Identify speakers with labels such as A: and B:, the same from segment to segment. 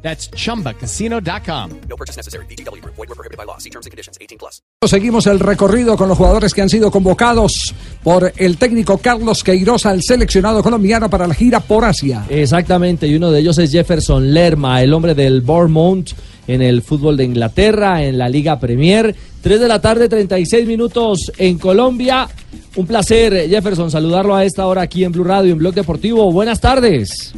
A: That's chumbacasino.com.
B: No purchase necessary. BGW. Void were prohibited by law. See terms and conditions. 18 plus.
C: Seguimos el recorrido con los jugadores que han sido convocados por el técnico Carlos Queiroz al seleccionado colombiano para la gira por Asia.
D: Exactamente, y uno de ellos es Jefferson Lerma, el hombre del Bournemouth en el fútbol de Inglaterra, en la Liga Premier. 3 de la tarde, 36 minutos en Colombia. Un placer, Jefferson, saludarlo a esta hora aquí en Blue Radio, en Blog Deportivo. Buenas tardes.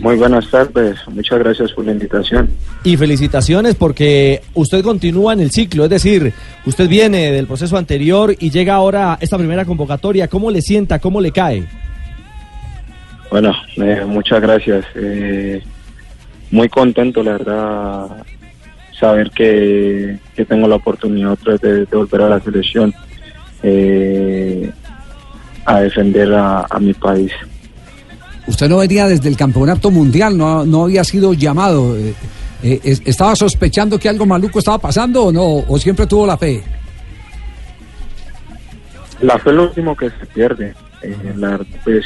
E: Muy buenas tardes, muchas gracias por la invitación.
D: Y felicitaciones porque usted continúa en el ciclo, es decir, usted viene del proceso anterior y llega ahora a esta primera convocatoria. ¿Cómo le sienta? ¿Cómo le cae?
E: Bueno, eh, muchas gracias. eh, muy contento, la verdad, saber que, que tengo la oportunidad otra vez de, de volver a la selección eh, a defender a- a mi país.
C: Usted no venía desde el campeonato mundial, no, no había sido llamado. Eh, eh, es- ¿Estaba sospechando que algo maluco estaba pasando o no? ¿O siempre tuvo la fe?
E: La fe es lo último que se pierde. Eh, la verdad, pues,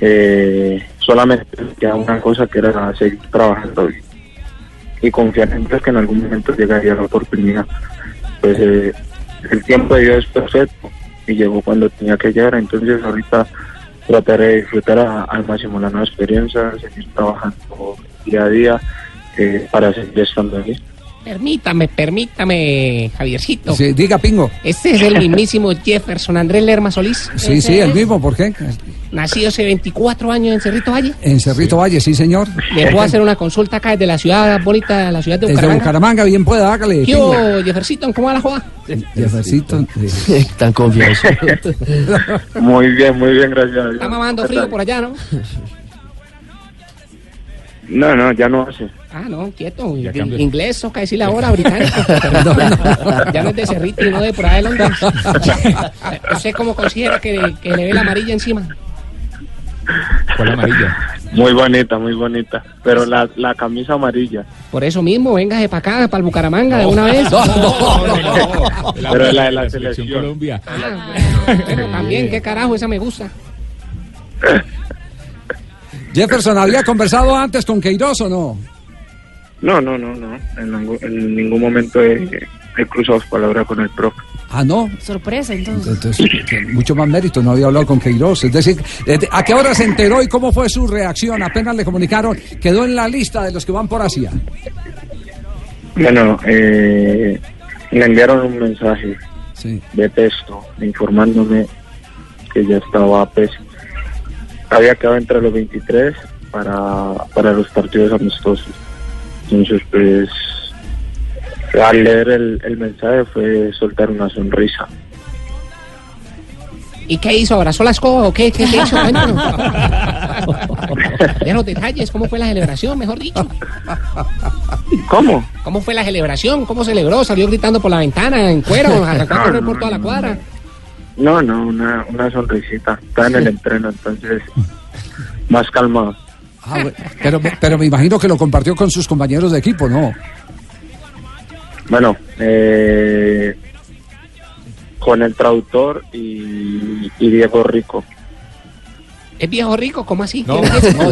E: eh, solamente queda una cosa que era seguir trabajando y, y confiar en Dios que en algún momento llegaría la oportunidad. Pues eh, el tiempo de Dios es perfecto y llegó cuando tenía que llegar. Entonces, ahorita trataré de disfrutar a- al máximo la nueva experiencia, seguir trabajando día a día eh, para seguir estando aquí.
F: Permítame, permítame, Javiercito.
C: Sí, diga, Pingo.
F: Este es el mismísimo Jefferson Andrés Lerma Solís,
C: Sí, sí, el mismo, ¿por qué?
F: nacido hace 24 años en Cerrito Valle.
C: En Cerrito Valle, sí, señor.
F: Me puedo hacer una consulta acá desde la ciudad bonita, la ciudad de
C: Desde
F: Bucaramanga.
C: Bucaramanga, bien pueda, hágale.
F: ¿Qué
C: Pingo.
F: hubo, Jefferson? ¿Cómo va la joda?
C: Jeffercito, sí.
D: Tan confianza.
E: Muy bien, muy bien, gracias. a Dios.
F: Está mamando frío por allá, ¿no?
E: No, no, ya no hace.
F: Ah, no, quieto. Inglés, toca decir la hora, británico. Ya no es de Cerrito y no de por allá de Londres. ¿Usted cómo considera que, que le ve la amarilla encima?
E: Muy bonita, muy bonita. Pero la, la camisa amarilla.
F: Por eso mismo, véngase para acá, para el Bucaramanga de una vez.
E: pero Oh, la de la selección.
F: Ah, bueno, también, qué carajo, esa me gusta.
C: Jefferson, ¿había conversado antes con Queiroz o no?
E: No, no, no, no. En, ningún- en ningún momento he, he cruzado palabras con el profe.
C: Ah, no,
G: Sorpresa, entonces.
C: Entonces, tiene mucho más mérito, no había hablado con Queiroz. Es decir, desde- ¿a qué hora se enteró y cómo fue su reacción? Apenas le comunicaron, quedó en la lista de los que van por Asia.
E: Bueno, eh, le enviaron un mensaje
C: Sí.
E: de texto informándome que ya estaba pues había quedado entre los 23 para, para los partidos amistosos entonces pues al leer el, el mensaje fue soltar una sonrisa
F: ¿Y qué hizo? ¿Abrazó la escoba o qué? ¿Qué qué hizo? Cuéntanos. De los detalles, ¿cómo fue la celebración, mejor dicho?
E: ¿cómo?
F: ¿Cómo fue la celebración? ¿Cómo celebró? ¿Salió gritando por la ventana, en cuero, arrancó a correr por toda la cuadra?
E: No, no, una, una sonrisita. Está en el entreno, entonces más calmado.
C: Ah, bueno, pero, me- pero me imagino que lo compartió con sus compañeros de equipo, ¿no?
E: Bueno, eh, con el traductor y, y Diego Rico.
F: ¿Es viejo rico? ¿Cómo así? No,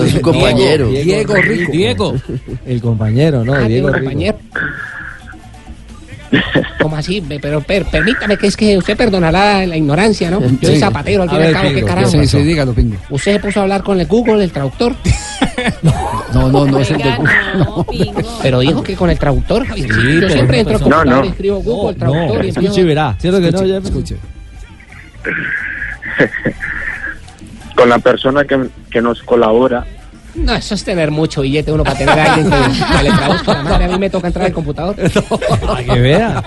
H: su compañero.
C: Diego Rico.
D: Diego. El compañero, ¿no? Diego Rico.
F: Ah, compañero. ¿Cómo así? Me- Pero per- permítame que es que usted perdonará la ignorancia, ¿no? Yo soy
C: Sí.
F: zapatero, al fin
D: A
F: y al
D: ver,
F: cabo, qué
D: Pingo,
F: carajo.
C: Sí, sí, dígalo, Pingo.
F: Usted se puso a hablar con el Google, el traductor.
H: No, no, no es el de
G: Oiga, no, bingo.
F: Pero dijo que con el traductor, Javier. yo siempre entro al
E: No,
F: computador
E: no.
F: y escribo Google, el
D: No,
F: traductor y
D: escuche y
F: empiezo-
D: verá. ¿Cierto que no,
C: Escuche,
D: Jefferson?
C: escuche.
E: Con la persona que, que nos colabora.
F: No, eso es tener mucho billete uno para tener a alguien que, que le traduzca la madre. A mí me toca entrar al computador.
D: Para que vea.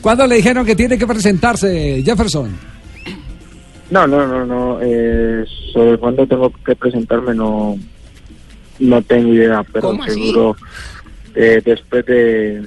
C: ¿Cuándo le dijeron que tiene que presentarse, Jefferson?
E: No, no, no, no. eh, sobre cuándo tengo que presentarme no, no tengo idea, pero
F: ¿Cómo así?
E: seguro eh, después de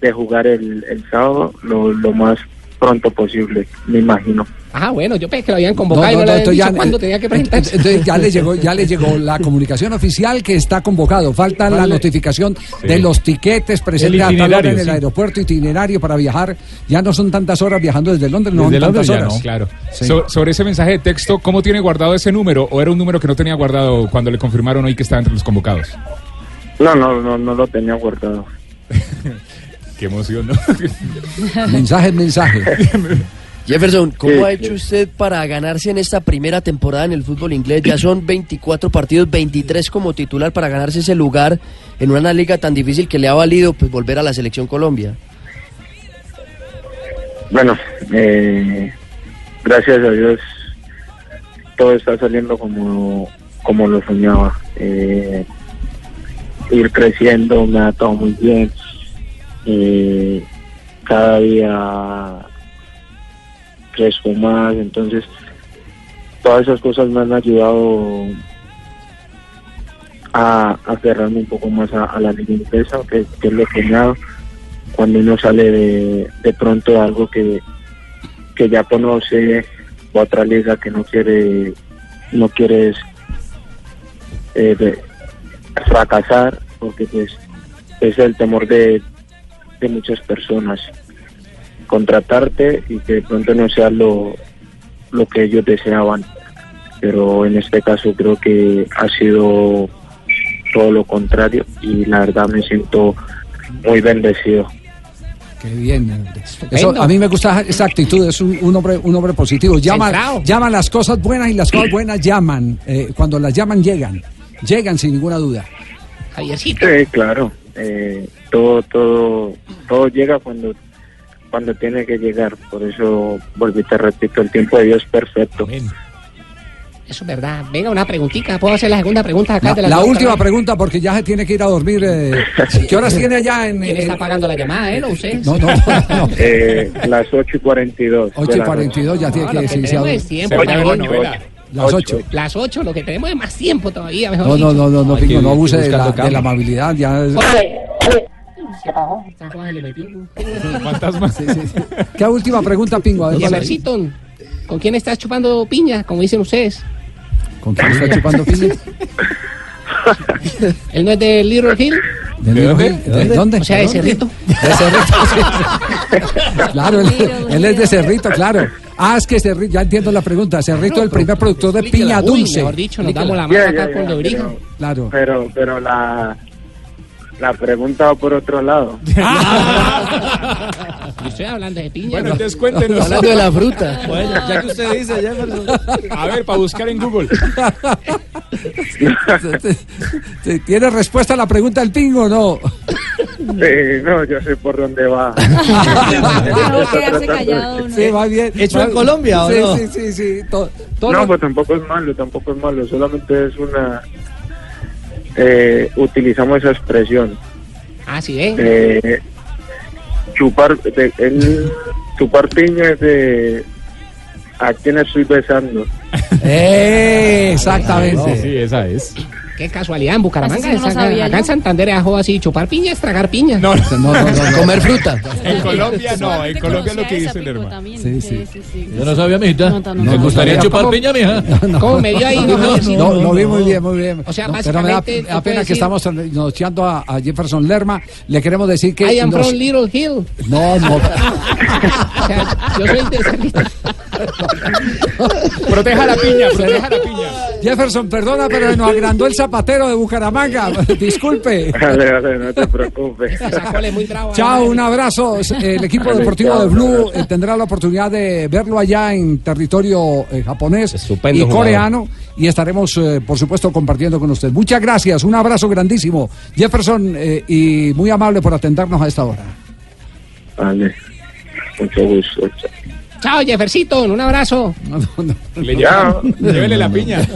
E: de jugar el, el sábado lo, lo más pronto posible, me imagino.
F: Ah, bueno, yo pensé que lo habían convocado y no, le
C: esto
F: habían dicho
C: ya-
H: eh,
F: cuándo tenía que presentarse.
C: Entonces ya le llegó, ya le llegó la comunicación oficial que está convocado. Falta la notificación de los tiquetes
I: El
C: presentes a tal hora
I: itinerario,
C: en el
I: sí.
C: aeropuerto, itinerario para viajar. Ya no son tantas horas viajando desde Londres, no
I: Desde
C: son tantas
I: Londres ya
C: horas.
I: no, claro.
C: Sí.
I: So- sobre ese mensaje de texto, ¿cómo tiene guardado ese número? ¿O era un número que no tenía guardado cuando le confirmaron hoy que estaba entre los convocados?
E: No, no, no, no lo tenía guardado.
I: Qué emoción, ¿no?
C: Mensaje, mensaje.
H: Jefferson, ¿cómo
E: Sí,
H: ha
E: sí.
H: hecho usted para ganarse en esta primera temporada en el fútbol inglés? Ya son 24 partidos, 23 como titular para ganarse ese lugar en una liga tan difícil que le ha valido pues, volver a la selección Colombia.
E: Bueno, eh, gracias a Dios todo está saliendo como, como lo soñaba. Eh, ir creciendo me ha dado muy bien. Eh, cada día crezco más, entonces todas esas cosas me han ayudado a a aferrarme un poco más a, a la liga inglesa, que, que es lo que me ha dado cuando uno sale de, de pronto de algo que, que ya conoce o otra liga que no quiere no quieres eh, de- fracasar porque pues es el temor de, de muchas personas contratarte y que de pronto no sea lo, lo que ellos deseaban pero en este caso creo que ha sido todo lo contrario y la verdad me siento muy bendecido
C: Qué bien. hombre. Eso, a mí me gusta esa actitud, es un, un hombre, un hombre positivo. Llama,
F: Centrado.
C: llama las cosas buenas y las cosas buenas llaman. Eh, cuando las llaman, llegan. Llegan sin ninguna duda.
F: Javiercito.
E: Sí, claro. Eh, todo, todo, todo llega cuando, cuando tiene que llegar. Por eso, volví y te repito, el tiempo de Dios es perfecto.
F: Eso es verdad. Venga, una preguntita. ¿Puedo hacer la segunda pregunta acá?
C: La,
F: de
C: la
F: dos,
C: última
F: Carlos?
C: pregunta, porque ya se tiene que ir a dormir. eh. ¿Qué horas tiene allá en.?
F: ¿Quién
C: en-
F: está pagando la llamada, ¿eh? él o usted?
C: No, no, no.
E: Eh, las 8 y 42.
C: 8 y 42 ya tiene
F: No, lo
C: que
F: que
C: irse
F: tenemos
C: a
F: es tiempo.
I: Se va a
F: Pablo,
I: la
F: no.
I: novela.
C: las 8.
F: Las 8, lo que tenemos es más tiempo todavía, mejor
C: No, no,
F: dicho.
C: no, no, no,
D: Hay que-
C: Pingo, no
D: hay que
C: abuse de
D: buscar
C: la,
D: tocando.
C: de la amabilidad. Ya es-
F: San Juan, le metí un-
I: Fantasma.
C: ¿Qué última pregunta, Pingo? A ver, ¿cuál es?
F: Jeffercito, ¿con quién estás chupando piña? Como dicen ustedes.
C: ¿Con quién está chupando piña?
F: ¿Él no es de Little Hill?
C: ¿De, Little
I: dónde?
C: Hill? ¿De dónde?
F: O sea, de Cerrito.
C: De Cerrito, sí. Claro, él, él es de Cerrito, claro. Ah, es que Cerrito, ya entiendo la pregunta. Cerrito, el primer productor de
F: Explíquela.
C: piña
F: Uy,
C: dulce.
F: Mejor dicho, nos damos la mano
E: Ya,
F: acá
E: ya, ya,
F: con Lebrija.
E: pero,
C: Claro.
E: pero, pero la, la pregunta va por otro lado.
F: Ah.
C: Ah.
F: Yo Estoy hablando de piña.
I: Bueno,
F: ¿no?
I: entonces cuéntenos.
H: Hablando de la fruta.
D: Bueno, ya que usted dice, Jefferson.
I: A ver, para buscar en Google.
C: ¿Tiene respuesta a la pregunta del Pingo o no?
E: Eh, no, yo sé por dónde va.
G: Mejor quedarse callado, ¿no?
C: Sí,
F: Eh,
C: va bien.
D: ¿Hecho en
C: Va-
D: Colombia o
C: sí,
D: no?
C: Sí, sí, sí. to- todo-
E: No, pues tampoco es malo, tampoco es malo, solamente es una... eh, utilizamos esa expresión.
F: Ah, sí, ¿eh?
E: Eh, chupar, de, el, chupar piña es de... ¿A quién estoy besando?
C: Eh, exactamente.
I: Sí, sí, esa es.
F: Qué casualidad, en Bucaramanga.
G: Así sí no lo
F: acá-
G: sabía
F: acá
G: yo.
F: en Santander es ajo así, chupar piña es tragar piña.
I: No, no.
C: No, no, no, no.
H: Comer fruta.
I: En Colombia no, en
G: Solamente
I: Colombia lo
G: conocía
I: que
G: esa
I: dice el
G: pico
I: hermano.
G: también.
C: Sí,
G: Sí,
C: sí.
G: sí, sí.
D: Yo no sabía, mijita.
G: No, no, no.
D: ¿Te gustaría
C: No,
D: chupar
F: ¿cómo?
D: piña, mija?
F: ¿Cómo me dio ahí?
C: No, no,
F: Javiercito?
C: no, lo vi muy bien, muy bien.
F: O sea,
C: No, pero me da
F: básicamente,
C: pena
F: tú puedes
C: que
F: decir-
C: estamos anunciando a, a Jefferson Lerma. Le queremos decir que.
F: I am
C: nos-
F: from Little Hill.
C: No, no.
F: O sea, yo soy de Cerrito.
I: Proteja la piña, proteja la piña.
C: Jefferson, perdona, pero nos agrandó el zapatero de Bucaramanga. Disculpe.
E: Dale, dale, no te preocupes.
F: Esa cola es muy brava.
C: Chao, un abrazo. eh, El equipo deportivo de Blue eh, tendrá la oportunidad de verlo allá en territorio eh, japonés
D: Estupendo
C: y
D: jugador.
C: coreano. Y estaremos, eh, por supuesto, compartiendo con usted. Muchas gracias, un abrazo grandísimo. Jefferson, eh, y muy amable por atendernos a esta hora.
E: Vale, mucho gusto.
F: Chao, Jeffercito. Un abrazo.
C: No, no, no.
I: Le
E: Ya.
I: llevan- Llévele la piña.